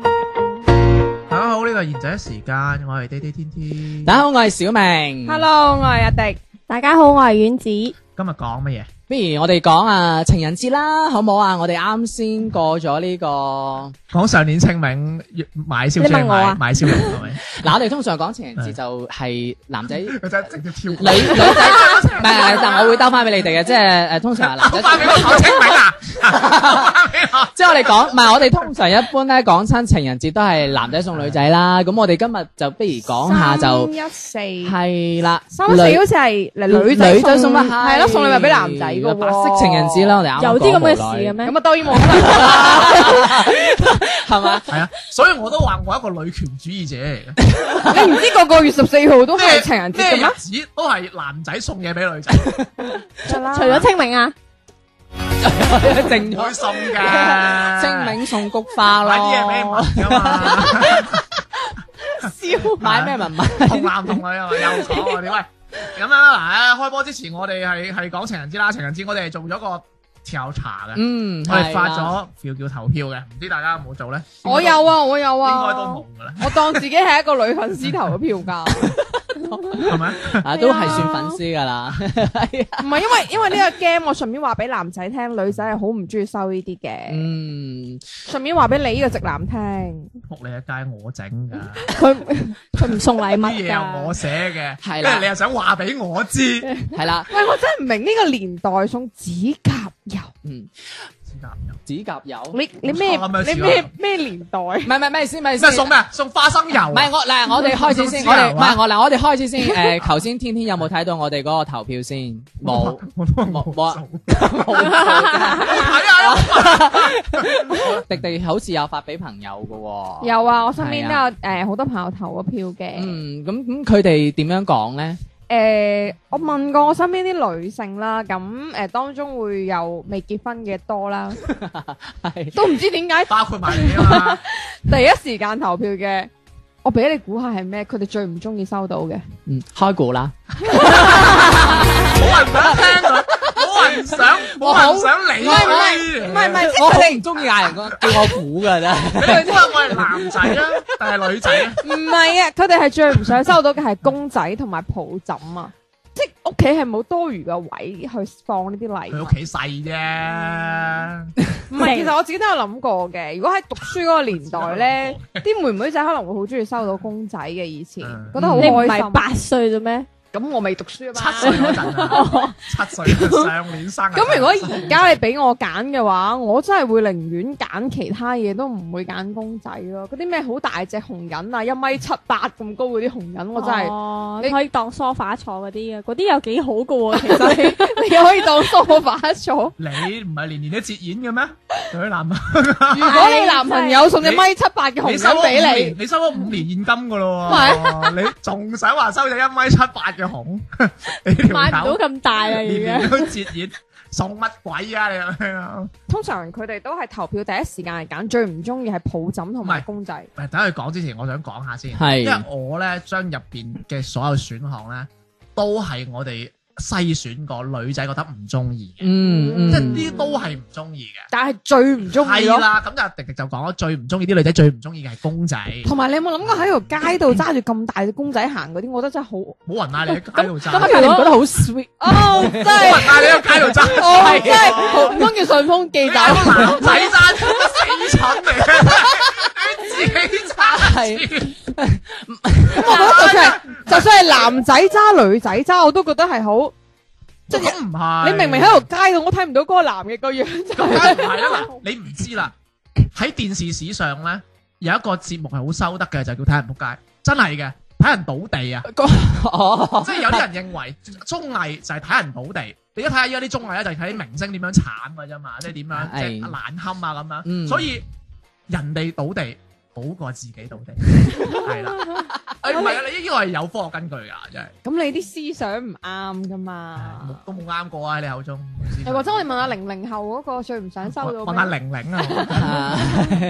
大家好，呢個賢者時間，我係滴滴天天。大家好，我係小明。 Hello，我係阿迪。大家好，我係丸子。今日講乜嘢？不如我哋講啊情人節啦，好唔好啊？我哋啱先過咗呢、個，嗱講上年清明月買燒你問車我買啊買燒肉係咪？我哋通常講情人節就係男仔。佢真係直接跳女 女仔，唔係，但我會兜翻俾你哋嘅，即係誒，通常係男仔我。翻俾我講清明啊！我翻俾我即係我哋講，唔係我哋通常一般咧講親情人節都係男仔送女仔啦。咁我哋今日就不如講下就一四，係啦，三一女四好似係嚟女仔女仔送乜？係咯，送禮物俾男仔嘅喎白色情人節啦，。我哋啱啱有啲咁嘅事講嘅無咩？咁啊，當然冇可能啦。 耐係嘛？係啊，所以我都話我係一個女權主義者嚟嘅，你唔知個個月十四號都係情人節嘅咩咩日？子都係男仔送嘢俾女仔，除咗清明啊，正開咗心啊㗎。清明送菊花咯，買啲嘢俾文㗎嘛，買咩文 物？同男同女啊嘛，又講我哋喂咁樣啦嗱，開波之前我哋係係講情人節啦，情人節我哋係做咗個調查嘅。嗯，我哋係發啦咗票叫投票嘅，唔知大家有冇做咧？我有啊，我有應啊。該都冇噶啦，我當自己係一個女粉絲投嘅票㗎，係咪？ 啊，都係算粉絲㗎啦。唔係因為因為呢個 game，我順便話俾男仔聽，女仔係好唔中意收呢啲嘅。嗯，順便話俾你呢個直男聽，仆你一街，我整㗎，佢佢唔送禮啲物嘢又噶我，寫嘅，係跟啦住你又想話俾我知， 係啦，喂，我真係唔明呢個年代送指甲油，嗯，知㗎指甲油，唔你你咩我啱啱你試咩咩年代？係唔係咩意思？咩意咩思？送咩？送花生油啊， 唔係我嗱，我哋開始先，唔我好意哋思啊唔係我嗱，我哋開始先。誒， 頭先天天有冇睇到我哋嗰個投票先？冇， 我都話冇啊冇冇送。 啊迪迪好似有發俾朋友㗎喎。有啊，我身邊都係啊有誒好多朋友投過票嘅。嗯，咁咁佢哋點樣講咧？誒，我問過我身邊啲女性啦，咁誒當中會有未結婚嘅多啦，係都唔知點解包括埋你啊嘛，第一時間投票嘅。我俾你估下係咩？佢哋最唔中意收到嘅。 嗯，開估啦。冇人想聽佢，冇人想，我冇好人想理唔係佢。唔係唔係，即我係佢好哋唔中意嗌人講叫我估㗎真 係。你哋估下我係男仔啊，定係女仔啊？唔係啊，佢哋係最唔想收到嘅係公仔同埋抱枕啊，即係屋企係冇多餘嘅位去放呢啲禮佢物屋。企細啫。唔係，其實我自己都有諗過嘅。如果喺讀書嗰個年代咧， 啲妹妹仔可能會好中意收到公仔嘅，以前嗯覺得好你唔開係心。八歲啫咩？咁我未讀書七歲嗰陣啊，七歲嗰陣上年生日。咁如果而家你俾我揀嘅話，我真係會寧願揀其他嘢，都唔會揀公仔咯。嗰啲咩好大隻紅人啊，一米七八咁高嗰啲紅人，我真係哦，你你可以當梳化坐嗰啲啊，嗰啲又幾好噶喎。其實 你可以當梳化坐。你唔係年年都折現嘅咩？對男朋如果你男朋友送隻米七八嘅友，紅你收人咗五俾你年，，你收咗五年現金嘅咯喎，你仲想話收隻一米七八嘅 紅？你買唔條到狗咁大啊，年而家年都折現，送乜鬼啊？你咁樣，通常佢哋都係投票第一時間係揀最唔中意係抱枕同埋唔係公仔。喂，等佢講之前，我想講下先，係因為我咧將入邊嘅所有選項咧，都係我哋篩選過女仔覺得唔中意嘅，嗯即係嗯呢啲都係唔中意嘅。但係最唔中意係咯。啦，咁就迪迪就講咗最唔中意啲女仔最唔中意嘅係公仔，同埋你有冇諗過喺條街度揸住咁大隻公仔行嗰啲，我覺得真係好冇人嗌你喺街度揸，咁冇咁你唔覺得好 sweet？啊哦，真係 人嗌你喺街度揸，哦，真係好唔通叫順豐寄走？ 男仔揸，死蠢 嚟嘅，你自己揸住，咁我覺得就算係 就算係男仔揸女仔揸，我都覺得係好。即係咁唔係，你明明喺條街度，我睇唔到嗰個男嘅個樣就咁梗係。唔 係啦，嗱，你唔知啦，喺電視史上咧有一個節目係好收得嘅，就叫睇人仆街，真係嘅，睇人倒地啊！哦，即係有啲人認為綜藝就係睇人倒地，你一睇下依家啲綜藝咧，就係睇啲明星點樣慘嘅啫嘛，即係點樣係即係難堪啊咁樣。嗯所以人哋倒地好過自己倒 地，係啦。誒唔係啊，你呢個係有科學根據㗎，真係咁你啲思想唔啱噶嘛？都冇啱過啊！喺你口中，唔知 又或者我哋問下零零後嗰個最唔想收到問問下玲 玲 啊，啊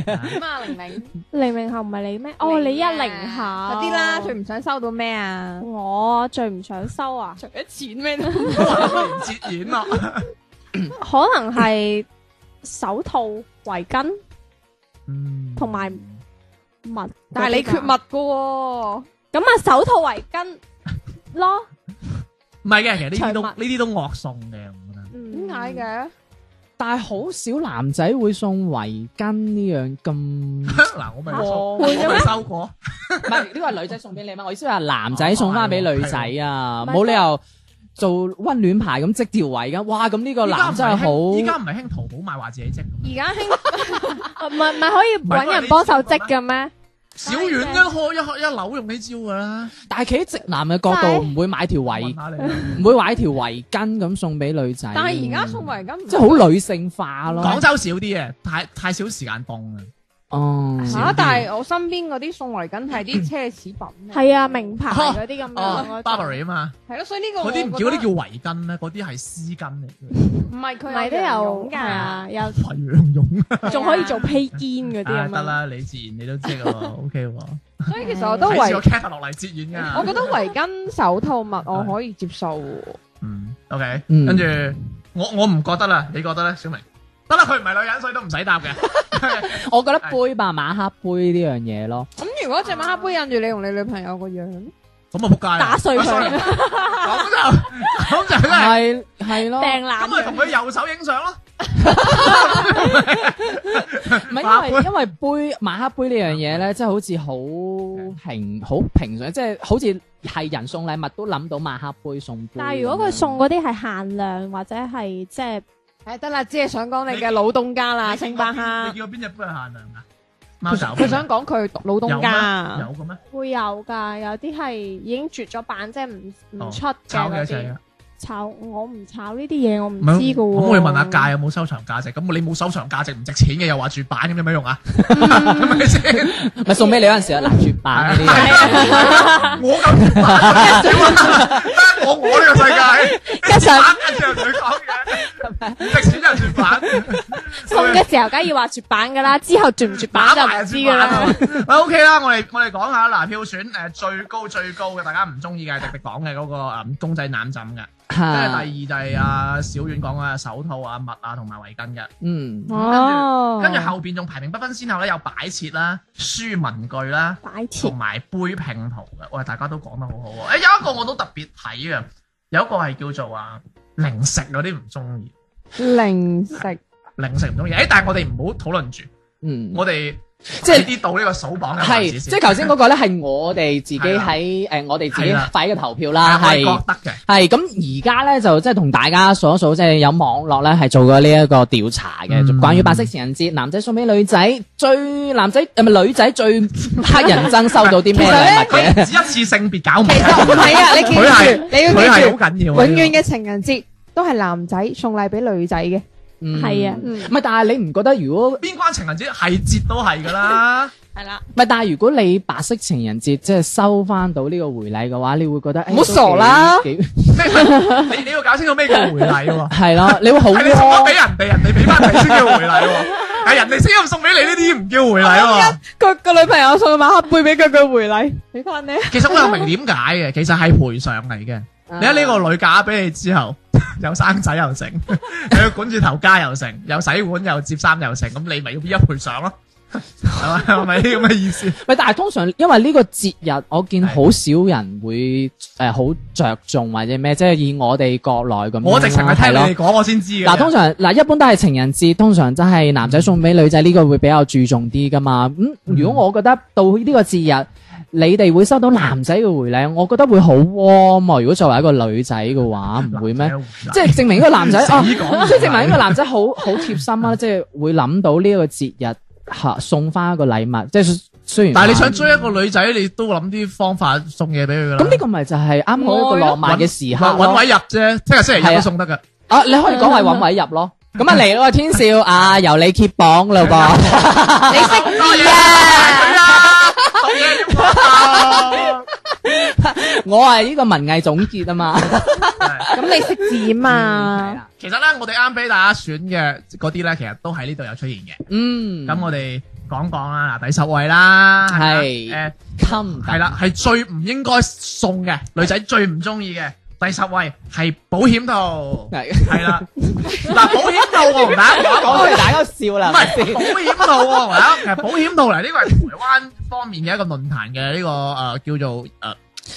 點啊？零零零零後唔係你咩？哦，你一零後嗰啲啦，最唔想收到咩啊？我最唔想收 啊，除咗錢咩？都話唔接演咯。可能係手套、圍巾、嗯同埋襪。 但係你缺嗰啲吧物噶喎，咁啊，手套、圍巾咯。唔係嘅，其實呢啲都呢長襪啲都惡送嘅，我覺得。點解嘅？嘅？ 但係好少男仔會送圍巾呢樣咁，唔 嗱，我咪收，我 咪收過。係呢個係女仔送俾你嘛？我意思話男仔送翻俾女仔啊，哦係喎冇理由做温暖牌咁織條圍巾。哇！咁呢個男真係依家好，唔係興淘寶買話自己織㗎嘛。而家興啊唔係唔係可以揾人幫手織嘅咩？小丸一開一開一扭用呢招㗎啦，但係企喺直男嘅角但度，係唔會買條圍問，下你啦。唔會買條圍巾咁送俾女仔。但係而家送圍巾唔即係好女性化咯。廣州少啲嘅，太太少時間凍啊啦。哦，少嚇啲，但係我身邊嗰啲送圍巾係 啲奢侈品，係啊，名牌嗰啲咁哦樣嗰種。 ，Burberry 啊嘛，係咯，所以呢個嗰啲唔我叫覺嗰啲得叫圍巾咩？嗰啲係絲巾嚟嘅，唔係唔佢係都羊有絨㗎，㗎，有係羊絨 仲可以做披肩嗰啲啊，啊得嘛。啦，你自然你都知㗎喎，OK 喎，所以其實我都睇圍住個 cat 落嚟接演㗎。我覺得圍巾、手套、襪我可以接受喎。嗯，OK，嗯跟住我我唔覺得啦，你覺得咧，小明？得啦，佢唔係女人，所以都唔使答嘅。我覺得杯吧，馬克杯呢樣嘢咯。咁如果隻馬克杯印住你同你女朋友個樣， 咁啊仆街啦，打碎佢 啊 ，sorry 咁就咁就真係，係係咯，掟咁啊爛咪同佢。佢右手影相咯。唔係因為因為杯馬克杯呢樣嘢咧，即係好似好平好平常，即係好似係人送禮物都諗到馬克杯送杯。但係如果佢送嗰啲係限量或者係即係誒得啦，只係想講你嘅老東家啦，星巴克你。叫邊只杯係限量噶？貓爪杯佢想講佢老東有家，咩有嘅咩？會有㗎，有啲係已經絕咗版，即係唔哦唔出嘅炒嘅嗰就係啲啊。炒我唔炒呢啲嘢，我唔唔知㗎喎。咁我要問下價有冇收藏價值？咁你冇收藏價值唔值錢嘅，又話住板咁有咩用啊？嗯 係咪先？咪送俾你嗰陣時啊，立住版嗰啲，啊我咁住板點啊？咩我我呢個世界，加上板跟住又同佢講嘅，唔值錢就住 板，送嘅時候，梗係要話絕版㗎啦， 之後絕唔絕版打就埋唔就知住㗎板啦。啊。喂，OK 啦，我哋我哋講下嗱，票選誒最高最高嘅，大家唔中意嘅係迪迪講嘅嗰個誒公仔攬枕嘅。啊啊嚇跟住第二就係阿小遠講嘅手套啊、襪啊同埋圍巾嘅，嗯，哦，跟住後邊仲排名不分先後咧，有擺設啦、書文具啦，擺設同埋杯拼圖嘅。喂，大家都講得好好喎。誒、哎有一個我都特別睇嘅，有一個係叫做啊零食嗰啲唔中意，零食零食唔中意。誒、哎但係我哋唔好討論住，嗯，我哋即係呢啲到呢個數榜嘅係環節即先係頭先嗰個咧，係我哋自己係啦啊喺誒我哋自己係啦快嘅投票啊啦，我係係。覺得嘅。係咁而家咧就即係同大家數一數，即係有網絡咧係做過呢一個調查嘅，嗯關於白色情人節，男仔送俾女仔最男仔係咪女仔最黑人憎收到 啲咩禮物佢嘅？唔止一次性別搞唔其實唔係啊，你記佢係住，你要佢係記好緊要住，啊，永遠嘅情人節都係男仔送禮俾女仔嘅。嗯係啊嗯唔係，但係你唔覺得如果邊關情人節係節都係㗎啦。 係啦，唔係，但係如果你白色情人節即係收翻到呢個回禮嘅話，你會覺得誒哎唔好傻啦都幾幾咩你你要搞清楚咩叫回禮喎？係咯，你會 好啊係你送咗俾窩人哋，人哋俾翻你先叫回禮喎。係人哋先咁送俾你呢啲唔叫回禮喎。佢個女朋友送個馬克杯俾佢，佢回禮，你關 你其實我又明點解嘅，其實係賠償嚟嘅。你喺呢個女嫁俾你之後， 又生仔又成， 又要管住頭家又成，又洗碗又接衫又成，咁你咪要一賠償咯。係咪係咪呢咁嘅意思？喂，但係通常因為呢個節日，我見好少人會誒好着重或者咩，即係以我哋國內咁樣啦。我直情係聽係咯你哋講我先知嘅。嗱，通常嗱，一般都係情人節，通常真係男仔送俾女仔呢個會比較注重啲噶嘛。咁、嗯如果我覺得到呢個節日，你哋會收到男仔嘅回禮，我覺得會好 warm 啊。如果作為一個女仔嘅話，唔會咩？即即係證明呢個男仔哦，死講即係證明呢個男仔 好好貼心啦，即係會諗到呢一個節日嚇送翻一個禮物，即係雖然但系你話想追一個女仔，你都諗啲方法送嘢俾佢噶啦。咁呢個咪就係啱好一個浪漫嘅時刻搵咯位入啫，聽日星期日都送得噶。啊，你可以講係揾位入咯。咁啊嚟咯，天少啊，由你揭榜嘞 噃。你識多嘢係啊，多嘢 要啊我係呢個文藝總結啊嘛。係咁你識字嗯啊係嘛？啦其實咧，我哋啱俾大家選嘅嗰啲咧，其實都喺呢度有出現嘅。嗯，咁我哋講講啦，嗱，第十位啦，係誒襟 係啦，係最唔應該送嘅，女仔最唔中意嘅。第十位係保險套，係 係啦，嗱保險套我同大家講一講講。完大家都笑啦，唔係保險套喎，嗱，其實保險套嚟呢個係台灣方面嘅一個論壇嘅呢個誒叫做誒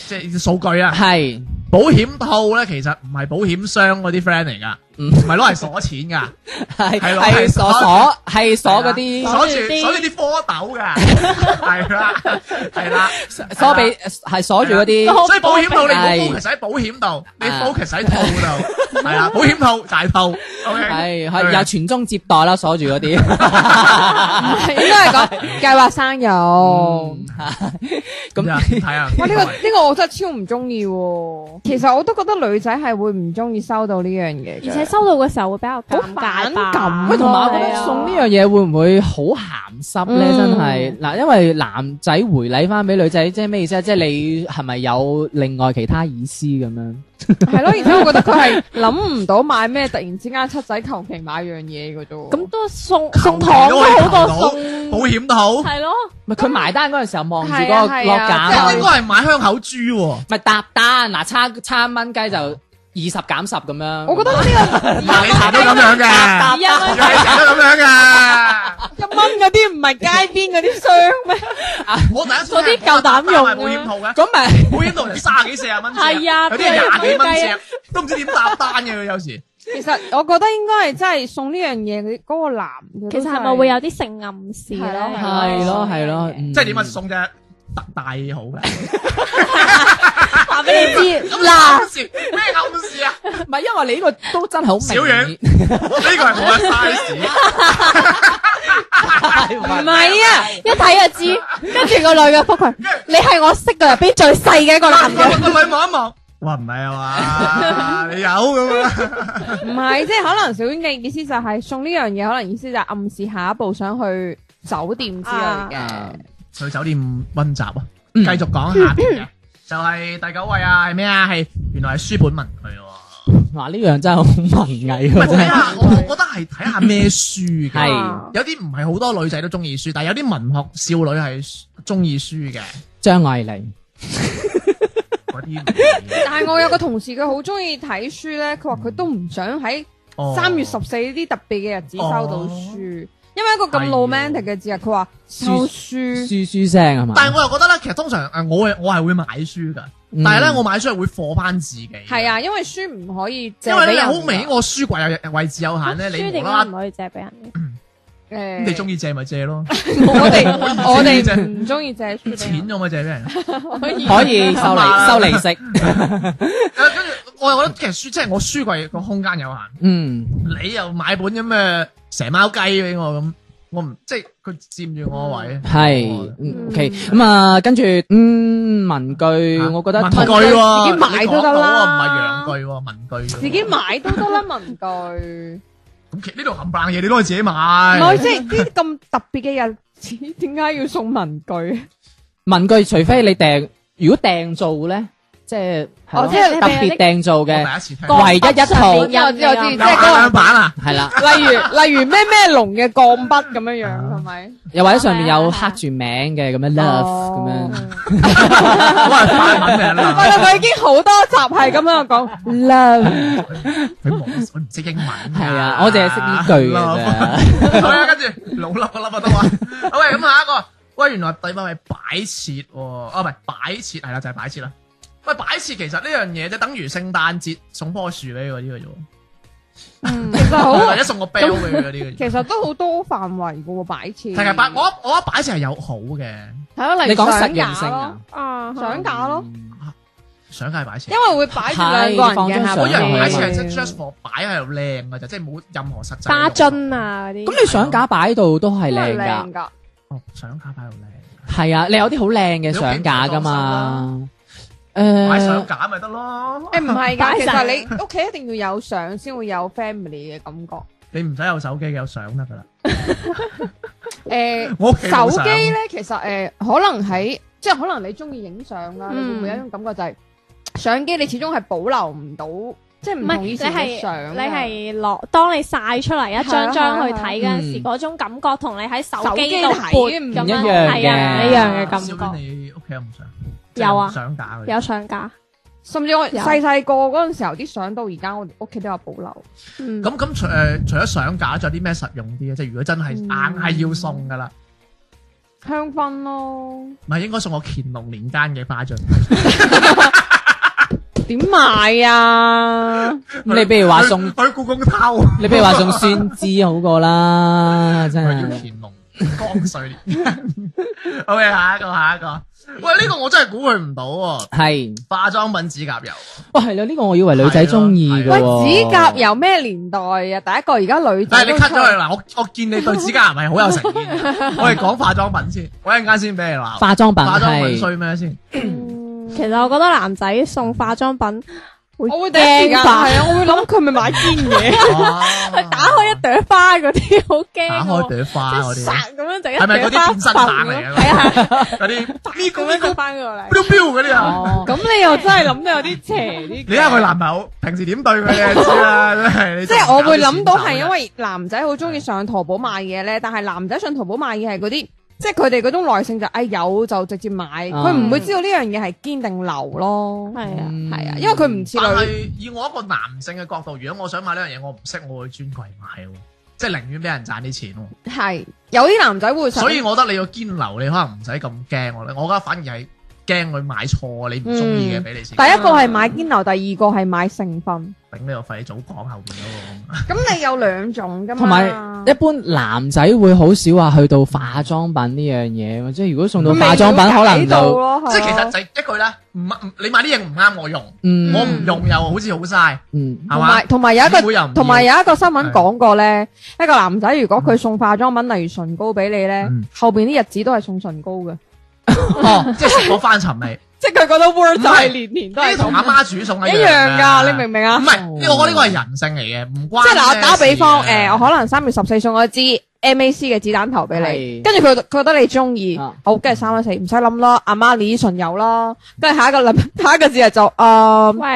即係數據 啊。係保險套咧其實唔係保險箱嗰啲 friend 嚟㗎，嗯唔係攞嚟鎖錢㗎，係係咯係係鎖鎖係鎖嗰係啦啲鎖住鎖住啲蝌 蚪㗎，係啦係啦，啊鎖俾係鎖住嗰啲，所以保險套你係唔好 focus 喺保險度，你啊 focus 喺套度， 係啦，保險套大套，OK，係係有傳宗接代啦，鎖住嗰啲。應該係 講計劃生育。嗯咁咁睇下哇！呢、個呢、個我真係超唔中意喎。其實我都覺得女仔係會唔中意收到呢樣嘢嘅，而且收到嘅時候會比較尷尬好吧反感喂，同埋我覺係得啊送呢樣嘢會唔會好鹹濕咧？嗯真係嗱，因為男仔回禮翻俾女仔，即係咩意思啊？即係你係咪有另外其他意思咁樣？係咯。而且我覺得佢係諗唔到買咩，突然之間七仔求其買樣嘢嘅啫喎。咁都送求送其糖都都可以好求過到送，保險套。係咯，咪佢埋單嗰陣時候望住嗰係啊個係落啊架即啊係應該係買香口豬喎。咪搭單嗱，差差一蚊雞就二十減十咁樣。我覺得 呢嗱，你成日都咁樣嘅，一蚊你成日都咁樣嘅。個一蚊嗰啲唔係街邊嗰啲箱 咩？我第一次嗰啲夠膽用啊保險套嘅，咁咪保險套就卅幾四十蚊隻，係啊有啲係廿幾蚊邊有咁計隻，都唔知點搭單嘅佢有時。其實我覺得應該係真係送呢樣嘢嗰嗰個男嘅都真，其實係咪會有啲性暗示係咯咧？係咯嗯係咯，即即係點啊？送隻特大好嘅，話俾你 知嗱，咩暗示啊？唔係因為你呢個都真係好小明樣呢個係我嘅 size，顯，唔唔係啊，一睇就知。跟住個女嘅覆佢：你係我識嘅入邊最細嘅一個男嘅。個女望一望，哇唔係啊嘛，你有咁啊？唔係，即係可能小娟嘅意思就係送呢樣嘢，可能意思就係暗示下一步想去酒店之類嘅。啊去酒店温習啊，繼嗯續講下邊嘅，就係第九位啊，係咩啊？係原來係書本文具喎。哇呢樣真係好文藝喎，睇真係下，我我覺得係睇下咩書嘅，係啊有啲唔係好多女仔都中意書，但係有啲文學少女係中意書嘅張愛玲嗰啲唔係。 但係我有個同事，佢好中意睇書咧，佢話佢都唔想喺哦三月十四呢啲特別嘅日子收到書，哦啊因為一個咁係喎 romantic 嘅節日，佢話收書。書書聲係嘛？但係我又覺得咧，其實通常誒，我係我係會買書㗎，嗯但係咧我買書係會貨翻自己。係，啊，因為書唔可以借因為俾咧人㗎。啊好明顯，我書櫃有位置有限咧，書你無點啦解啦唔可以借俾人嘅？誒，咁你中意借咪借咯， 我哋 我意借哋唔中意借書俾人。錢咗咪借俾人。 可以可以收利收利息，誒跟住我又覺得其實書即係我書櫃個空間有限。嗯。你又買本咁嘅蛇貓雞俾我咁，我唔即係佢佔住我位。係嗯嗯，OK，咁啊，跟住嗯文具，嗯我覺得啊文具同喎，自己買都得啦你講到啊唔係洋具喎，文具喎。自己買都得啦，文具。咁其呢度冚唪唥嘢你都可以自己買。唔係，即係啲咁特別嘅日子，點解要送文具？文具，除非你訂，如果訂做咧，即係係哦咯即係你特別訂做我嘅，第一次聽。個有唯一一啊套我知我知我知即係嗰限個量版啊！係啦， 例如例如咩咩龍嘅鋼筆咁樣樣，係咪？又或者上面有刻住名嘅咁樣啊 love 咁哦樣，我係法文名我啦。哋已經好多集係咁樣講 love，佢冇，佢唔識英文㗎。係啊，我淨係識呢句嘅啫。啫。 好啦，跟住老笠個笠啊都話。好喂，咁下一個，喂，原來第八位擺設喎，啊唔係擺設係啦，就係擺設啦。喂，擺設其實呢樣嘢即係等於聖誕節送棵樹俾佢嗰啲嘅啫喎。嗯其實好 或，者送個 bell 俾佢嗰啲 其嘅。實嗯都好多範圍嘅喎，擺設。但係擺我我覺得擺設係有好嘅，係咯，例你如講實相用架性咯啊，，嗯啊，相架咯，想梗係擺設因。為會擺住兩個人嘅下係我以為放張擺設相係即係 just for 擺喺度靚嘅就即係冇任何實際。花樽啊嗰啲。咁你相架擺喺度都係係靚㗎，靚㗎。哦，相架擺喺度靚。係啊，你有啲好靚嘅相架噶嘛？诶，買相架咪得咯， 诶，唔係㗎，擺其實晒你屋企一定要有相先會有 family 嘅感覺。你唔使有手機有相得噶啦。诶，我屋企手冇機相咧，其實诶，可能喺即係可能你中意影相啦，你嗯會唔會有一種感覺就係相機你始終係保留唔到，即係唔唔係同以你前嘅係相㗎。你係落，當你晒出嚟一張張去睇嗰陣時，嗯嗰種感覺同你喺手機手度機睇撥唔咁一樣樣嘅係啊，唔一樣嘅感小娟覺。你屋企有冇相？有啊相架嘅。有上架，甚至我有細細個嗰陣時候啲相到而家，我哋屋企都有保留。 嗯，咁咁除誒除咗相架，仲有啲咩實用啲嘅？啊即係如果真係嗯硬係要送噶啦，香薰咯，唔係應該送我乾隆年間嘅花樽。點買啊？咁 你不如話送 去，去故宮偷，你不如 話送宣枝好過啦，真係佢叫。乾隆光緒年 間。OK，下一個下一個。喂，呢個我真係估佢唔到喎，係，化妝品指甲油。哇係啦，呢個我以為女仔中意嘅喂，喎。指甲油咩年代啊？第一個而家女仔，但係你 cut 咗佢，嗱，我我見你對指甲油係好有成見嘅。我哋講化妝品先，我一陣間先俾你鬧。化妝品化妝品係衰咩先？嗯其實我覺得男仔送化妝品會我會第一時間驚係吧，啊，我會諗佢咪買堅嘢， 佢打開一朵花嗰啲好啊打驚開喎，朵花嗰即係啲，殺咁樣就一係咪嗰朵啲花健身棒嚟嘅？嘅？係啊，嗰啲呢咁個呢樣就個翻過嚟。彪彪嗰啲啊！ 哦咁你又真係諗到有啲邪啲。你睇下佢男朋友平時點對佢，你就知啦，真係。你即真係係我搞會啲諗到係錢走因嘅為男仔好中意上淘寶買嘢咧，但係男仔上淘寶買嘢係嗰啲，即係佢哋嗰種耐性就哎有就直接買，嗯佢唔會知道呢樣嘢係堅定流咯。係啊，嗯係啊，因為佢唔似但女，係以我一個男性嘅角度，如果我想買呢樣嘢，我唔識，我會去專櫃買喎，即係寧願俾人賺啲錢喎。係有啲男仔會想，所以我覺得你要堅流，你可能唔使咁驚我咧。我覺得反而係驚佢買錯你唔中意嘅嗯俾你先。第一個係買堅流，第二個係買成分。頂你個肺，早講後邊嗰個。咁你有兩種噶嘛？同埋一般男仔會好少話去到化妝品呢樣嘢，即係如果送到化妝品，可能就即係其實就係一句咧，唔唔你買啲嘢唔啱我用，嗯我唔用又好似好嘥，嗯係同嘛埋？同埋有一個姊妹又唔要同埋有一個新聞講過咧，一個男仔如果佢送化妝品，例如唇膏俾你咧嗯，後邊啲日子都係送唇膏嘅，哦，即係食過翻尋 味，即係佢覺得 word 就係年年呢啲同阿媽煮餸一樣樣㗎，你明唔明啊唔？係，呢個我覺得呢個係人性嚟嘅，唔關即係嗱，咩我打比方，事嘅誒，我可能三月十四送咗支 MAC 嘅子彈頭俾你，係跟住佢佢覺得你中意啊，好，跟住三一四唔使諗啦，阿媽你唇油啦，跟住下一個禮 拜下一個節日就誒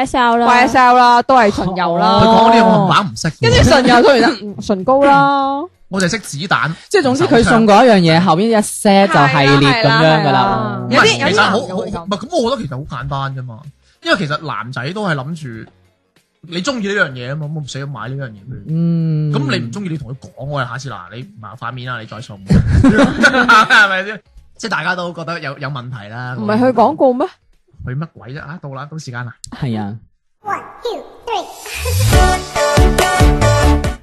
YSL 啦 YSL 啦，都係唇油佢啦，講嗰啲我唔玩唔識嘅，跟住唇油雖然嗯唇膏啦。我就識子彈。即係總之佢送嗰一樣嗯嘢，後邊一 set 就系列咁樣噶啦。嗯唔有啲有係，其啲實男好嘅好，會咁唔係咁，我覺得其實好簡單啫嘛。因為其實男仔都係諗住你中意呢樣嘢啊嘛，咁我唔使買呢樣嘢俾你。嗯，咁你唔中意，你同佢講我下次嗱，你麻塊面啊，你 再 送，係咪先？即係大家都覺得有有問題啦。唔係去廣告咩？佢乜鬼啫？啊，到啦，到時間啦。係啊？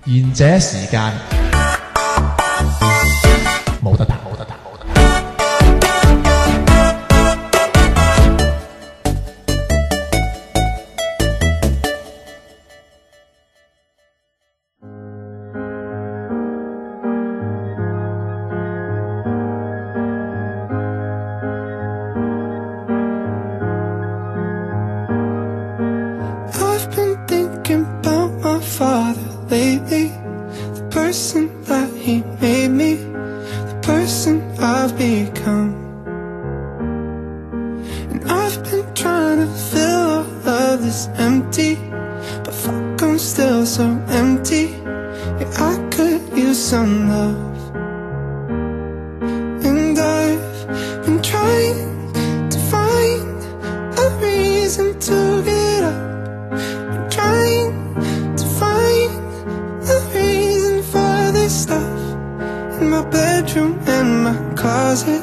賢者時間冇得彈，冇得彈，冇得彈。 I've been thinking about my father lately. The person that he made me, the person I've become. And I've been trying to fill all of this empty, but fuck, I'm still so empty. Yeah, I could use some love. And I've been trying to find a reason to get up trying to find a reason for this stuff in my bedroom and my closet.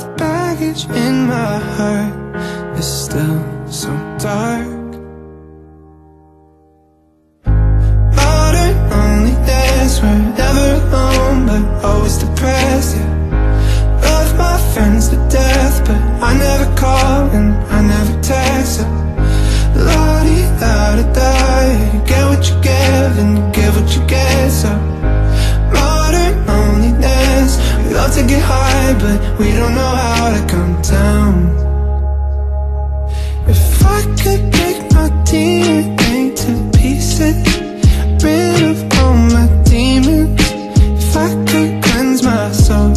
The baggage in my heart is still so dark. Modern loneliness, we're never alone, but always depressed. Yeah. Love my friends to death, but I never call and I never text. Yeah. Lottie, da da da. Get what you give and you give what you get. So modern loneliness. We love to get high, but but we don't know how to come down. If I could break my DNA to pieces, rid of all my demons. If I could cleanse my soul,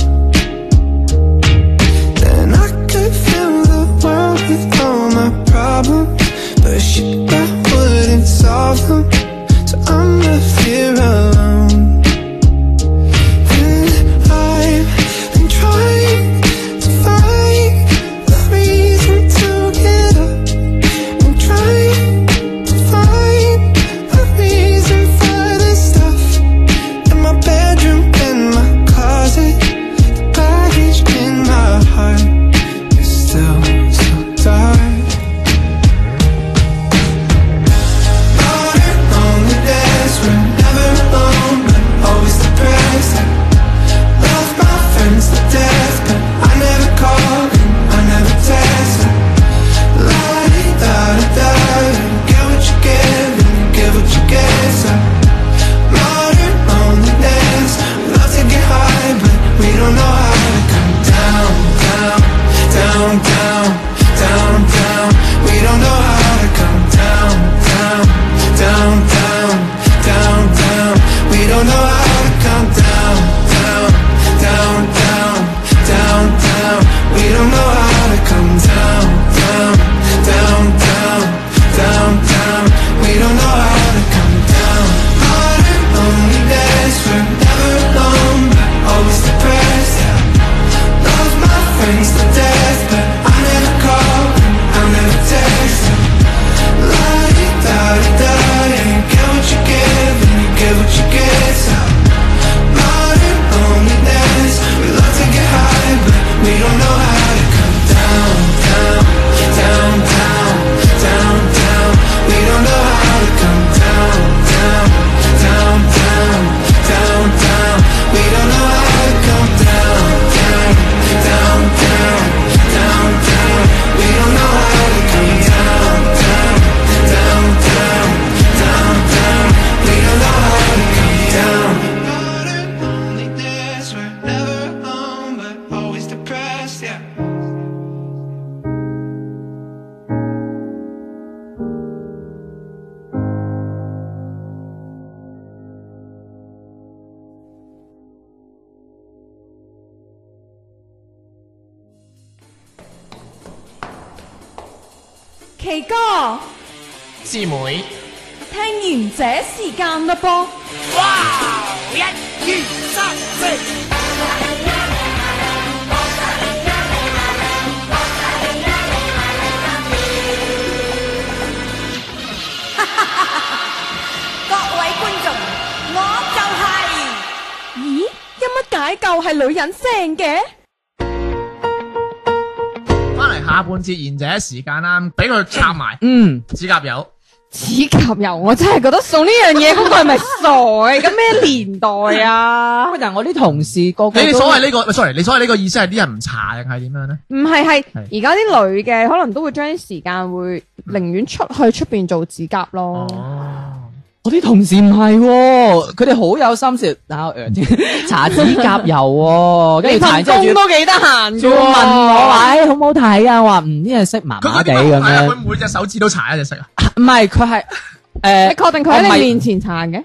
then I could fill the world with all my problems. But shit, I wouldn't solve them, so I'm left here alone. I've been trying to find a reason to get up. I'm trying to find a reason for this stuff in my bedroom, in my closet, the baggage in my heart is still so dark. We're on the desk, we're never alone, always depressed. Love my friends to death, but I never call and I never test. La di da da da, get what you give and you get what you get. So modern loneliness, we love to get high, but we don't know how to come down, down, down, down, down, down. We don't know how to come down, down, down, down, down, down. We don't know how to come down, down, down, down, down, down. We don't know how to come down, down, down, down, down, down. We don't know how to come down. Modern loneliness, we're never alone, but always depressed. Love my friends to death, but I never call, I never text. La di da di da, you get what you give and you get what you get. So modern loneliness, we love to get high, but we don't know how to come down, down, down, down, down, down. We don't know how to come down, down, down, down, down, down. We don't know how to come down, down, down, down, down, down. We don't know how to come down, down, down, down, down, down. We don't know how to come down. Modern loneliness, we're never alone, but always depressed. Yeah. 奇哥，师妹，聽完這時間嘞 噃。各位观众，我就系、咦，有乜解救係女人聲嘅？翻嚟下半節賢者時間啦，俾佢插埋嗯，指甲油。指甲油，我真係覺得送呢樣嘢嗰個係咪傻嘅？咁咩年代啊？但係我啲同事個個你哋都所謂呢個，喂，sorry，你所謂呢個意思係啲人唔查定係點樣咧？ 唔係係，而家啲女嘅可能都會將啲時間會寧願出去出邊做指甲咯。哦，我啲同事唔係喎，佢哋好有心思，打我呃 搽指甲油喎，跟你住搽完份之後工仲都幾哦得要閒仲嘅要喎，問我話，誒好唔好睇啊？我話嗯呢隻色麻佢麻嗰地啲咁乜係啊佢樣，每隻手指都搽一隻色啊？唔係佢係你誒。確定佢我唔喺係你面前殘嘅，而哦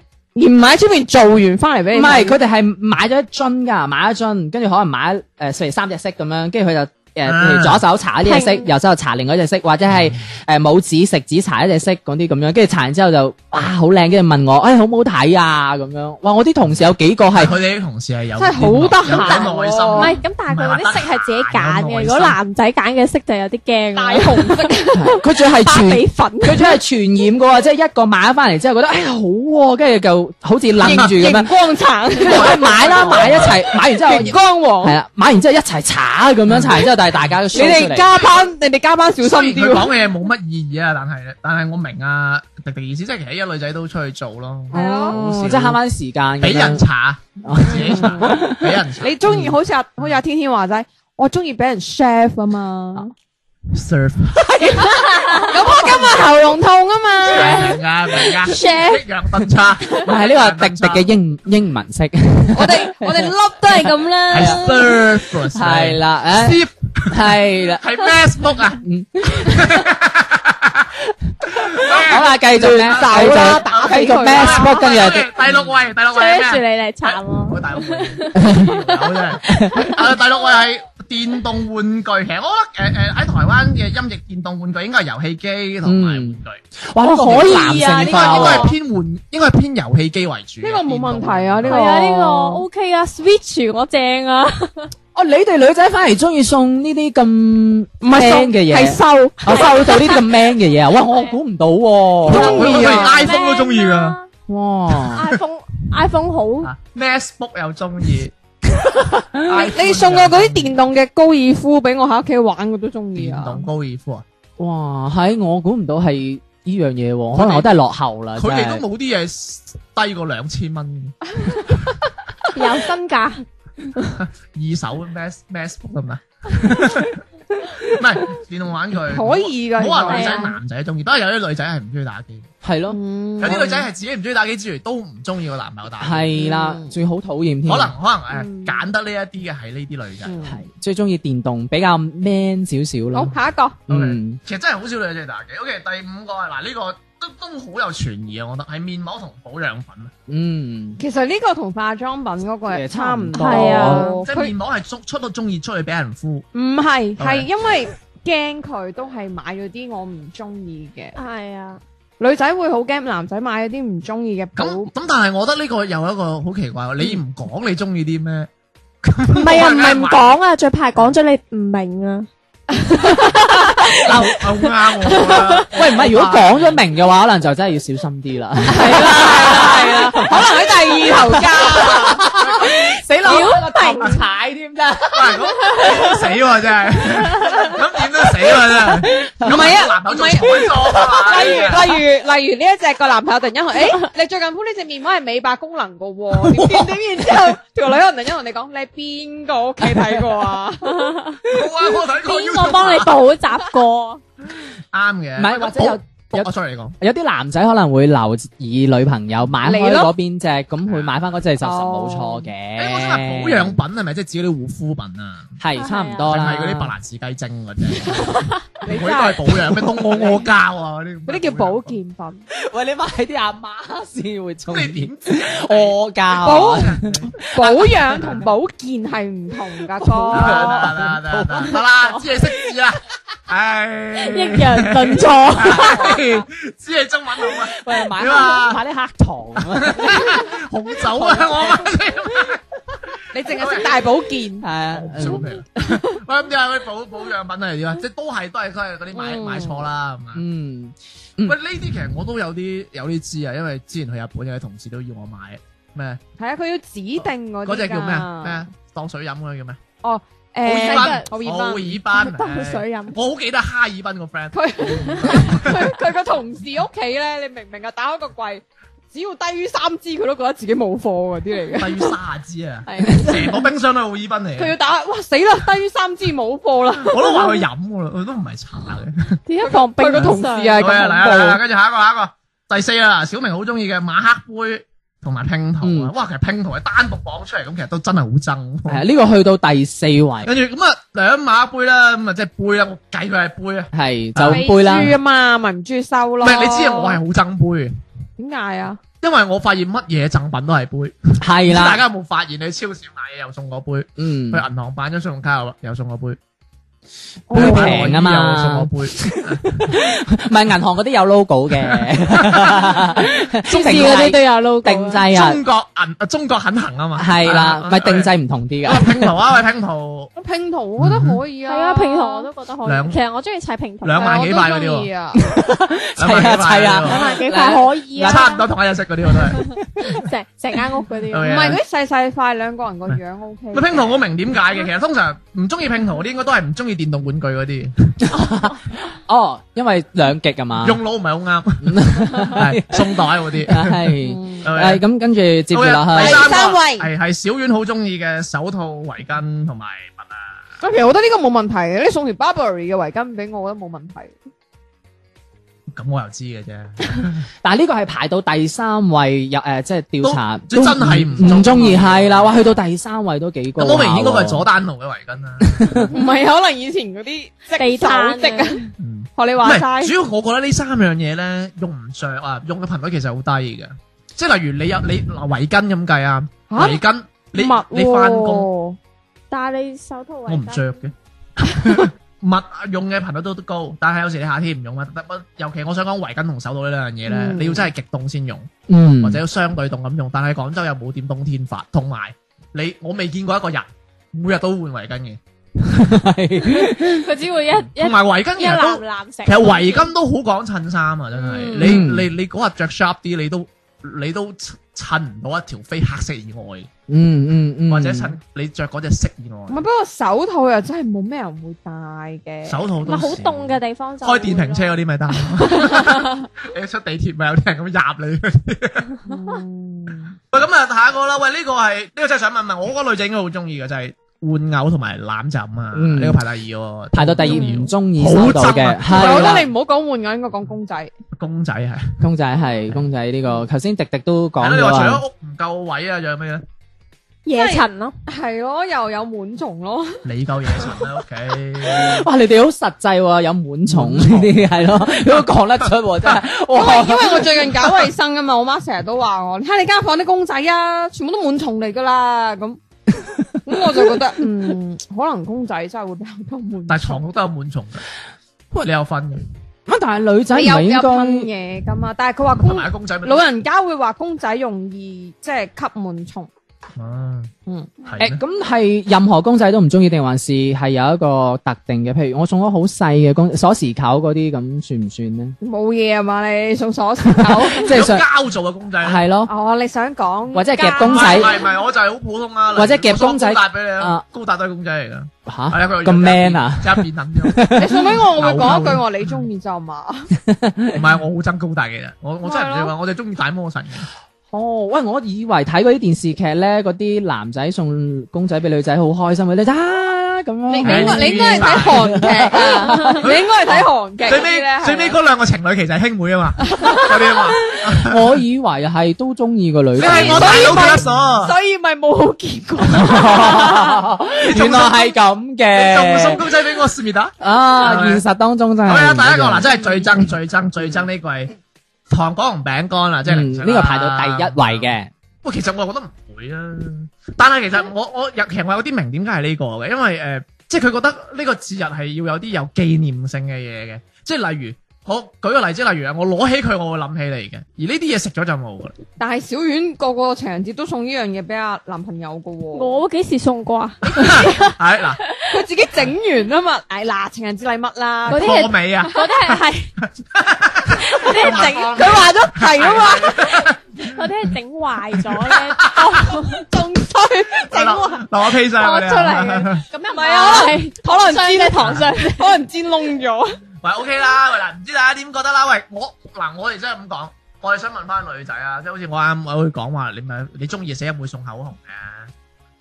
唔係喺出邊做完翻嚟俾唔你睇？係，佢哋係買咗一樽㗎，買一樽，跟住可能買誒，譬如三隻色咁樣，跟住佢就誒，啊譬如左手搽呢隻色，拼右手就搽另外一隻色，或者係誒拇指食指搽一隻色嗰啲咁樣，跟住搽完之後就哇好靚，跟住問我，哎誒好唔好睇啊咁樣，哇我啲同事有幾個 係佢哋啲同事係有真係好得閒喎有有耐心唔啊。係咁，但係佢嗰啲色係自己揀唔係啊嘅。話如果男仔揀嘅色就有啲驚啊大啦。紅色。佢仲係芭 全比粉，佢仲係傳染噶喎，即係一個買咗翻嚟之後覺得哎呀好喎，跟住就好似楞住咁樣熒，光橙、跟住 哎買啦買一齊，買完之後熒光係黃。啦，買完之後一齊搽咁樣搽完之後，但係大家都 show 出你嚟哋加班，你哋加班小雖心然佢啲喎。講嘅嘢冇乜意義啊，但係咧，但係我明啊迪迪意思，即係其實一女仔都出去做咯，係咯哦好少即係慳翻時間咁樣，俾人查，自己查，俾人查。你中意好似阿好似阿天天話齋，我中意俾人 chef 啊嘛。 serve 咁我今日喉嚨痛啊嘛，明啊明啊， Share 一樣分叉，唔係呢個迪迪嘅英英文式，我哋我哋粒都 係啊咁啦係 serve 係啦，誒， ，serve 係啦，係 Facebook à? 啊，好啦，繼續咧，繼走啦續打死繼續佢啦 Facebook，跟住又第六位，第六位，share 係住你咩？嚟查我我。第六位，啊第六位係電動玩具，其實我覺得誒誒喺台灣嘅音譯電動玩具應該係遊戲機同埋玩具。哇，呢個可以啊男性應該化應該係喎，偏換，應該係偏遊戲機為主嘅。呢個冇問題啊電動呢係個啊，呢個 OK 啊，Switch 我正啊，哦，你哋女仔反而中意送呢啲咁 man 嘅係嘢，瘦。我收到呢啲咁 man 嘅嘢啊，哇，我估唔到喎，中意啊咩 iPhone 都中意㗎啊哇， ，iPhone iPhone 好啊 MacBook 又中意，你送我嗰啲電動嘅高爾夫俾我喺屋企玩，我都中意電啊動。高爾夫啊，哇，喺我估唔到係呢樣嘢喎，可能我都係落後啦，佢哋啊真係都冇啲嘢低過兩千蚊有身價，嘅，二手 Mac MacBook 得唔得？啊唔係電動玩具可，以噶，唔好話女係仔啊男仔中意，不過有啲女仔係唔中意打機，係咯，嗯有啲女仔係自己唔中意打機之餘都唔中意個男朋友打機，係啦，最好討厭添，可能可嗯能誒揀得呢一啲嘅係呢啲女仔。係最中意電動，比較 man 少少咯好，，下一個，嗯。其實真係好少女仔中意打機。OK，第五個係嗱呢個都都好有傳疑啊，我覺得係面膜同保養品啊，嗯，其實呢個同化妝品嗰個係誒差唔差唔多多，係啊哦即係面膜係出出到中意出去俾人敷，唔係，係 Okay 因為驚佢都係買咗啲我唔中意嘅，係啊，女仔會好驚男仔買咗啲唔中意嘅寶，咁唔咁但係我覺得呢個又有一個好奇怪喎，你唔講你中意啲咩？唔係啊，唔係唔講啊，最怕係講咗你唔明啊，嗱，好啱我啦。喂，唔係，如果講咗明嘅話，可能就真係要小心啲 啦。係啦 係啦，可能喺第二頭 家，死佬，我頭踩添真。喂咁死喎真係，咁點都死喎真唔係。係啊男友仲睬我 啊例如真係例如例如呢一隻個男朋友突然間 話，誒你最近敷呢隻面膜係美白功能㗎喎， 點點點，然之後條女可能突然間同你講，你邊個屋企睇過 啊？冇啊，我睇過邊個幫你補習過？啱嘅，唔係或者有有有我 sorry 你講。有啲男仔可能會留意女朋友買嚟開咯嗰邊隻，咁佢買翻嗰隻就實冇錯啊哦誒，我想問保養嘅。品係咪即係指嗰啲護膚品啊？係差唔多係啦。咪嗰啲白蘭氏雞精嗰啲？佢都係保養咩東阿阿膠啊嗰啲。嗰啲叫保。健品。 喂，你買啲阿媽先會中咁你意點知啊？我教。保保養同保健係唔同 噶得哥，啦得啦得啦得啦，知你識字啦。唉，抑揚頓挫，知你中文好啊，喂，買點啊買啲黑糖啊。紅酒啊，我媽先。你淨係識大保健。係啊，做咩？喂，咁點啊？啲保保養品係點啊？即係都係都係都係嗰啲買買錯啦，係嘛？嗯，喂，呢啲其實我都有啲有啲知啊，因為之前去日本有啲同事都要我買咩 係啊，佢要指定嗰啲嗰只叫咩啊㗎咩啊？當水飲嗰個叫咩？誒，奧奧爾爾賓賓，奧爾 得賓，佢水飲唉我好記得哈爾濱個 friend，佢 佢佢個同事屋企咧，你明唔明啊？打開個櫃，只要低於三支，佢都覺得自己冇貨嗰啲嚟嘅。低於卅支啊，係，成個冰箱都係奧爾濱嚟佢要嘅。打，哇死啦！低於三支冇貨啦。我都話佢飲噶啦，佢都唔係茶嘅。點解放冰佢個同事箱啊，好啊，嚟啊嚟啊，咁跟住下一個下一個，第四啊，小明好中意嘅馬克杯同埋拼圖啊嗯，哇，其實拼圖係單獨講出嚟，咁其實都真係好係啊憎。呢個去到第四位，跟住咁啊，兩馬杯啦，咁啊即係杯啦，我計佢係杯啊。係啊恐就杯怖，未啦。輸啊嘛，咪唔中意收唔咯。係你知啊，我係好憎杯嘅，點解啊？因為我發現乜嘢贈品都係杯。係大啦，家有啊冇發現你去超市買嘢又送個杯？嗯去，銀行辦張信用卡又又送個杯，杯平啊又送個嘛。杯，唔係銀行嗰啲有 logo 嘅， 超市嗰啲都有 logo 啊定制啊，中國銀啊中國肯行啊嘛，係 À, 啦，咪定制制唔同啲 噶。拼圖啊，喂拼圖拼圖我覺得可以係啊。啊，拼圖我都覺得可兩以。其實我中意砌拼圖，兩萬幾塊嗰啲我都鍾意喎，啊。兩萬幾塊嗰啲喎砌啊砌兩萬幾塊可以啊，差唔多同一隻色嗰啲我都係。成成間屋嗰啲 係啊。唔啊係嗰啲細細塊兩個人個樣 O K。咪拼圖我明點解嘅，其實通常唔中意拼圖嗰啲應該都係唔中意電動玩具嗰啲，哦，因為兩極啊嘛。 啊用腦唔係好啱，係鬆袋嗰啲。係嗯係咪係咁，跟住接住好落嘅去第三第三個位係係小丸好中意嘅手套、圍巾同埋襪啊。其實我覺得呢個冇問題嘅，你送條 Burberry 嘅圍巾俾我，我覺得冇問題。咁我又知嘅啫，但係呢個係排到第三位入誒，即係調查，都即係真係唔中意唔中意係啦。哇，去到第三位都幾高啊咁下喎。好明顯嗰個係佐丹奴嘅圍巾 啦。唔係可能以前嗰啲地織手攤織啊，嗯學你唔話係，齋，主要我覺得呢三樣嘢咧用唔着啊，用嘅頻率其實好低嘅。即係例如你有你嗱圍巾咁計啊，嚇圍巾你密喎你翻工但係你手套圍我唔巾着嘅， 密用嘅頻率都高，但係有時你夏天唔用啊，得尤其我想講圍巾同手套呢兩樣嘢咧，嗯你要真係極凍先用，嗯，或者要相對凍咁用。但係廣州又冇點冬天法，同埋你我未見過一個人每日都換圍巾嘅， 係佢只會一一同埋圍嗯巾其一實籃都。籃食。其實圍巾都好講襯衫啊，真係、嗯你你你嗰日着 sharp 啲，你都你都襯唔到一條非黑色以外，嗯嗯嗯，或者襯你着嗰隻色以外唔啊係，，不過手套又真係冇咩人會戴嘅。手套唔都啊係好少凍嘅地方就開電瓶車會咯嗰啲咪得，你出地鐵咪有啲人咁入你。嗯喂，咁啊下一個啦，喂呢個係呢個真係想問問，我嗰個女仔應該好中意嘅就係玩偶同埋攬枕啊，嗯呢個排第二喎，排到第二中意喎唔中意好收到憎嘅，啊唔係係我覺啦得你唔好講換眼，應該講公仔。公仔係。公仔係公仔呢個，頭先迪迪都講係咯，你話咗除啊咗屋唔夠位啊，仲有咩咧？夜塵咯，係咯，又有螨蟲咯，你夠嘢塵啦屋企。哇！你哋好實際喎，有螨蟲呢嗯啲係 咯，你都講得出喎，真係因為因哇！為我最近搞衛生啊嘛，我媽成日都話我，你睇你間房啲公仔啊，全部都螨蟲嚟噶啦， 咁咁我就覺得嗯，可能公仔真係會比較多螨。但係床褥都有螨蟲嘅，你有分嘅，咁但係女仔唔你有係有應噴該嘢噶嘛？但係佢話同公埋公仔咪老人家會話公仔容易即係吸螨蟲，啊，嗯，誒係咧，咁係任何公仔都唔中意定還是係有一個特定嘅？譬如我送咗好細嘅公鎖匙扣嗰啲，咁算唔算呢？冇嘢啊嘛？你送鎖 匙扣，即係有想膠做嘅公仔咧。係咯，哦，你想講或者係夾膠公唔仔係唔係唔係，我就係好普通啊。或者夾公仔我送高達俾你啊啊，高達都係公仔嚟㗎。吓係啊，佢咁 man 啊！即刻變撚 咗。你送俾我，我會講一牛句牛我話你中意就嘛。唔係，我好憎高達嘅啫。我我真係唔中意咪係話，我哋中意大魔神嘅。哦，喂，我以為睇嗰啲電視劇咧，嗰啲男仔送公仔俾女仔好開心嘅，你睇啊咁你應樣。該你應該係睇韓劇 啊，你應該係睇韓劇最嗰啲咧尾哦最尾係嗰兩個情侶其實係兄 妹啊嘛，嗰啲啊嘛。我以為係都中意個女你仔。係 我大佬嘅一所，所以咪冇好結果。 原來係咁你仲嘅。送公仔俾我思密達。啊，現實當中真係。咁啊，第一個嗯嗱，真係最憎最憎最憎呢個係糖果同餅乾啊啦，即係嗯零食啦呢個排到第一位嘅。喂，其實我覺得唔會啊，但係其實我我有其實我有啲明點解係呢個嘅，因為誒、呃即係佢覺得呢個節日係要有啲有紀念性嘅嘢嘅，即係例如我舉個例子，例如啊，我攞起佢，我會諗起你嘅，而呢啲嘢食咗就冇噶啦。但係小丸個個情人節都送呢樣嘢俾阿男朋友噶喎，我幾時送過啊？係嗱，佢自己整完啊嘛。唉嗱，情人節禮物啦， 嗰啲係破 尾啊，嗰啲係係 嗰啲 係整佢話咗係啊嘛，嗰啲係整壞咗咧，仲衰整壞，嗱我披上剝嗰出啲嚟啊。嘅。咁又唔唔係啊可係，可能煎啊嘅糖霜。可能煎窿咗。 喂，OK 啦，喂嗱，唔知大家點覺得啦？喂，我嗱，我哋真係咁講，我哋想問翻女仔啊，即係好似我啱我會講話，你咪你中意死人會送口紅嘅。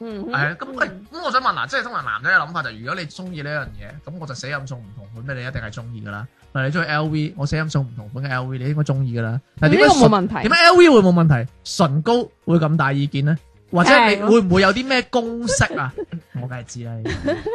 嗯係啊，咁喂，咁我想問嗱，即係通常男仔嘅諗法就係，如果你中意呢樣嘢，咁我就死咁送唔同款俾你，一定係中意噶啦。例如你中意 LV，我死咁送唔同款嘅 LV，你應該中意噶啦。但係呢點個解冇唇問題點。解 LV 會冇問題，唇膏會咁大意見咧？或者你係咯會唔會有啲咩公式啊？ 我梗係知啦，呢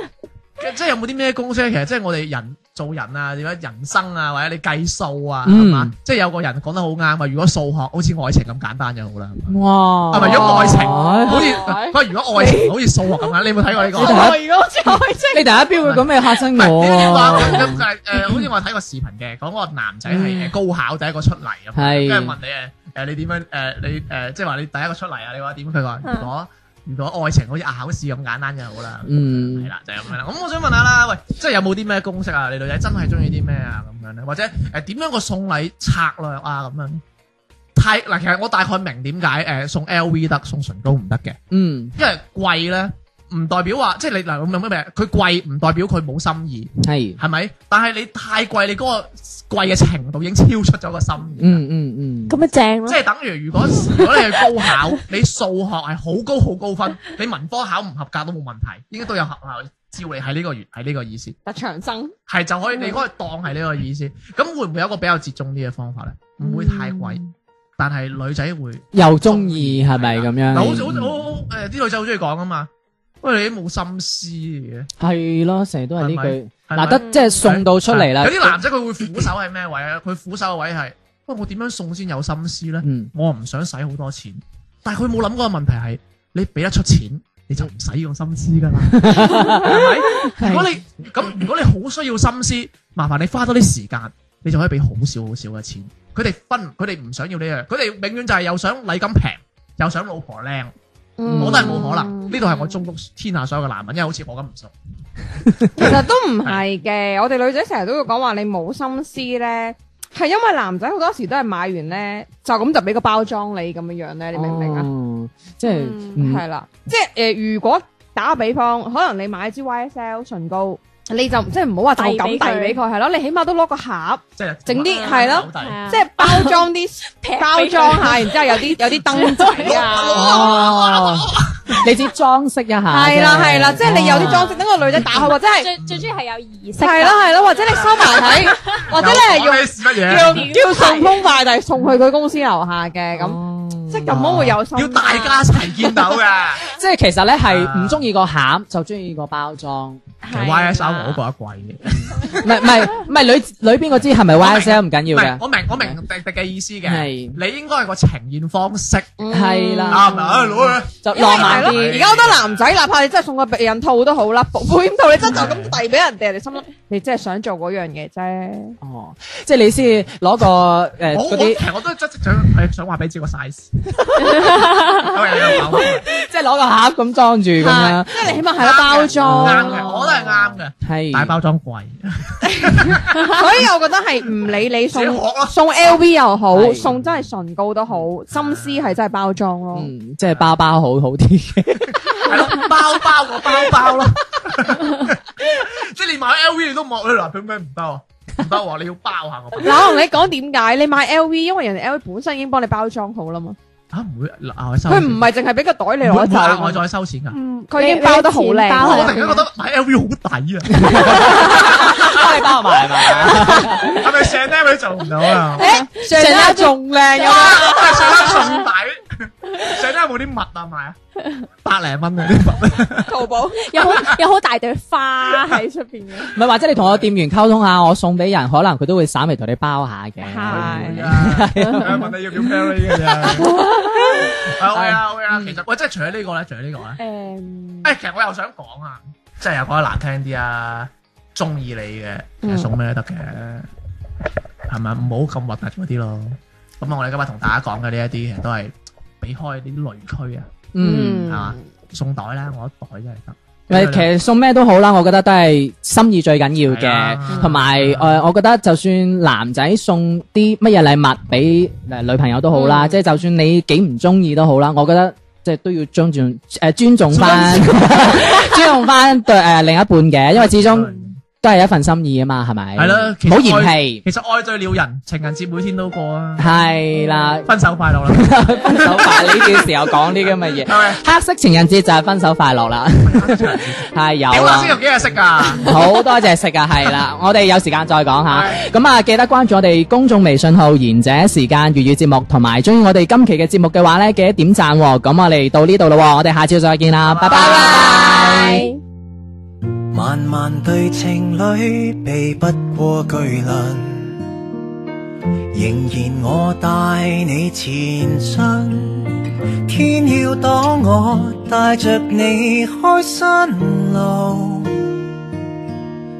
啲即係有冇啲咩公式咧？其實即係我哋人做人啊，點解人生啊，或者你計數啊，係嘛、嗯即係有個人講得好啱啊，如果數學好似愛情咁簡單就好啦。哇！啊啊係咪如果愛情好似係佢話如果愛情好似數學咁樣，你有冇睇過呢個？哦你如果好似你第一標會咁咩嚇唔親係我呢啲話啊？咁就係誒，好似我睇過視頻嘅，講個男仔係誒高考第一個出嚟咁樣，係跟住問你誒誒你點樣誒你誒即係話你第一個出嚟啊？你話點？佢話嗯如果如果愛情好似考試咁簡單就好啦，係嗯，啦就係咁樣啦。咁我想問下啦，喂，即係有冇啲咩公式啊？你女仔真係中意啲咩啊？咁樣咧，或者誒點樣個送禮策略啊？咁樣太嗱，其實我大概明點解誒送 LV 得，送唇膏唔得嘅。嗯，因為貴咧，唔代表話即係你嗱，咁諗咩？佢貴唔代表佢冇心意，係，係咪？但係你太貴，你嗰個貴嘅程度已經超出咗個心意。嗯嗯嗯，咁咪正即咯，係等於如果如果你去高考，你數學係好高好高分，你文科考唔合格都冇問題，應該都有合校照你係呢個原係呢個意思，特長生係就可以你可以當係呢個意思。咁會唔會有一個比較折中啲嘅方法咧？唔會太貴，但係女仔會又中意係咪咁樣？嗱，好似好似好好誒，啲女仔好中意講啊嘛。喂，你都冇心思嘅。係咯，成日都係呢句。係咪嗱，得即係送到出嚟啦。啊有啲男仔佢會苦手係咩位啊？佢苦手嘅位係，喂，我點樣送先有心思咧？嗯，我唔想使好多錢，但係佢冇諗過個問題係，你俾得出錢，你就唔使用心思 噶啦，係咪？如果你咁，如果你好需要心思，麻煩你花多啲時間，你就可以俾好少好少嘅錢。佢哋分，佢哋唔想要呢樣，佢哋永遠就係又想禮金平，又想老婆靚，嗯我都係冇可能。呢度係我中國天下所有嘅男人，因為好似我咁唔熟。其實都唔係嘅，我哋女仔成日都會講話你冇心思咧，係因為男仔好多時都係買完咧就咁就俾個包裝你咁樣樣咧，你明唔明啊？啊？即係嗯係啦，即係诶，如果打個比方，可能你買支 YSL 唇膏，你就即係唔好話就咁遞俾佢遞俾佢係咯，你起碼都攞個盒，即係整啲係咯，係啊即係包裝 啲俾佢包裝下，然之后有啲有啲燈仔 啊。哦，你只裝飾一下啫。 係啦係啦，即係你有啲裝飾，等個女仔打開，或者係啊最最中意係有儀式係感。啦係啦，或者你收埋 喺，或者你係用用乜 嘢？叫叫順豐快遞送去佢公司樓下嘅咁，哦即係咁樣會有心。要大家一齊見到嘅。即係其實咧係唔中意個餡，就中意個包裝。唔其實 YSL 我都覺得貴嘅，係唔係唔係裏裏邊嗰支係咪 YSL 唔緊唔要係嘅？我明我明迪迪嘅意思嘅，係你應該係個呈現方式係啱啦，啊，攞佢就因為浪漫係咯啲。而家好多男仔，哪怕你真係送個避孕套都 好啦，保保險套你真就咁遞俾人哋，你心諗你真係想做嗰樣嘢啫。哦，即係你先攞個誒我嗰我啲其，實我都真係想係想話俾你知個 size，係即係攞個盒咁裝住咁係樣，即係你起碼係個包啱裝，嘅，我都係啱嘅，係大包裝貴，所以我覺得係唔理你自己學送咯送 LV 又好，係送真係唇膏都好，心思係真係包裝咯。嗯，即係包包好好啲 嘅。係咯，包包個包包咯，即係你買 LV 你都冇，嗱點解唔得啊？唔得喎，你要包下我包嗱，我同你講點解你買 LV，因為人哋 LV 本身已經幫你包裝好啦嘛，啊，唔會嗱我收佢錢，唔係淨係俾個袋你會唔攞會額外走，再收錢㗎？嗯，佢已經包得好你靚啊錢包我突係然間覺得買 LV 好抵啊！包你包埋係嘛？係咪 Chanel 佢做唔到啊？上得仲靚啊咁樣。係 Chanel 送底，Chanel 有冇啲襪啊賣啊？百零蚊啊啲襪，淘寶有好有好大朵花喺出邊嘅。 唔係，或者你同個店員溝通下，我送俾人，可能佢都會稍微同你包下嘅。係啊！問你要唔要 Burberry 嘅啫。係會啊會啊，其實喂，即係除咗呢個咧，除咗呢個咧，誒，誒，其實我又想講啊，即係又講得難聽啲啊，中意你嘅，其實送咩都得嘅，係咪？唔好咁核突嗰啲咯。咁啊，我哋今日同大家講嘅呢一啲，其實都係避開呢啲雷區啊。嗯。係嘛？送袋啦，我一袋真係得。咪其實送咩都好啦，我覺得都係心意最緊要係啊嘅，同埋誒，呃我覺得就算男仔送啲乜嘢禮物俾誒女朋友都好啦，即係就算你幾唔中意都好啦，我覺得即係都要尊重誒尊重翻 尊重翻對誒另一半嘅，因為始終都係一份心意啊嘛，係咪？係啦其唔實好嫌愛棄，其實愛對了人，情人節每天都過啊。 係啦，分手快樂啦！分手快呢段時候講啲咁嘅嘢，黑色情人節就係分手快樂啦，係有屌啦，啦先。有幾日識㗎？好多謝食啊，係啦，我哋有時間再講下係。咁啊，記得關注我哋公眾微信號《賢者時間粵語節目》，同埋中意我哋今期嘅節目嘅話呢，記得點讚喎。咁我哋到呢度咯喎，我哋下次再見啦，拜拜拜。係。漫漫對情侶避不過巨輪，仍然我帶你前進。天要擋我，帶着你開新路。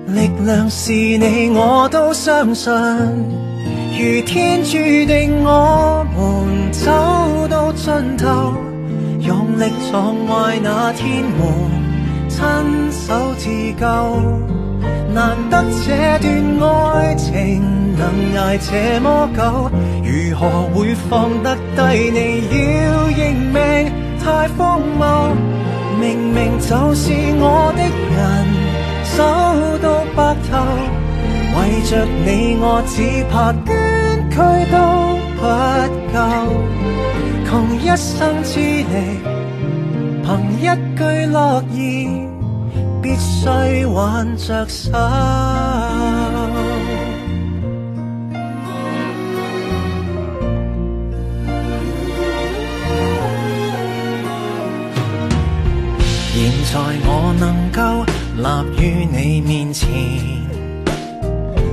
力量是你，我都相信。如天注定，我們走到盡頭，用力撞壞那天門，親手自救。難得這段愛情能捱這麼久，如何會放得低你？要認命，太荒謬。明明就是我的人。手到白頭，為着你我只怕捐軀都不夠，窮一生之力，憑一句諾言。必須挽着手。現在我能夠立於你面前，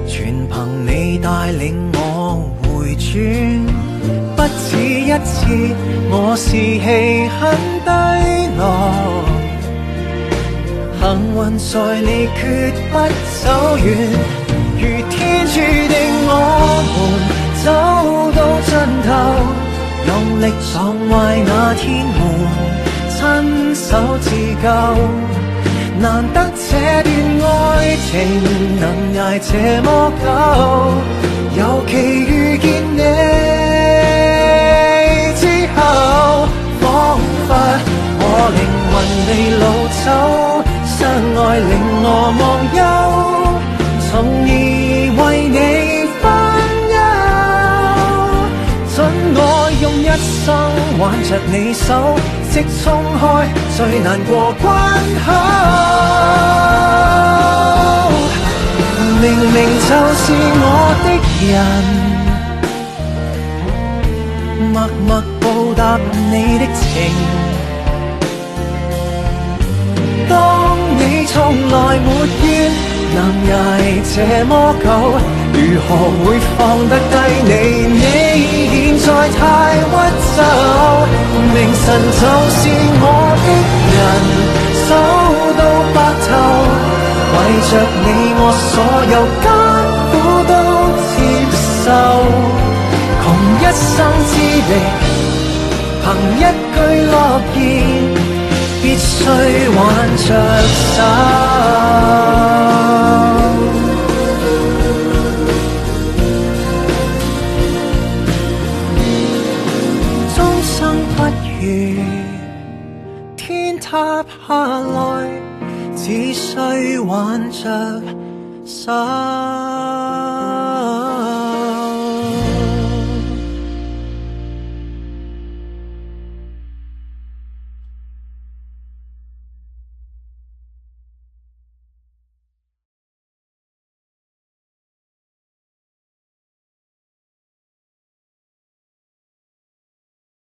全憑你帶領我回轉。不止一次，我士氣很低落，幸運在你決不走遠，如天注定我們走到盡頭，用力撞壞那天門。親手自救。難得這段愛情能捱這麼久，尤其遇見你之後，彷彿我靈魂地老走，相愛令我忘憂，從而為你分憂。准我用一生挽着你手，直衝開最難過關口。明明就是我的人，默默報答你的情。當你從來沒怨，能捱這麼久，如何會放得低你？你現在太屈就，明晨就是我的人，守到白頭，為着你我所有艱苦都接受，窮一生之力，憑一句諾言。必須挽着手。終生不渝，天塌下來，只需挽着手。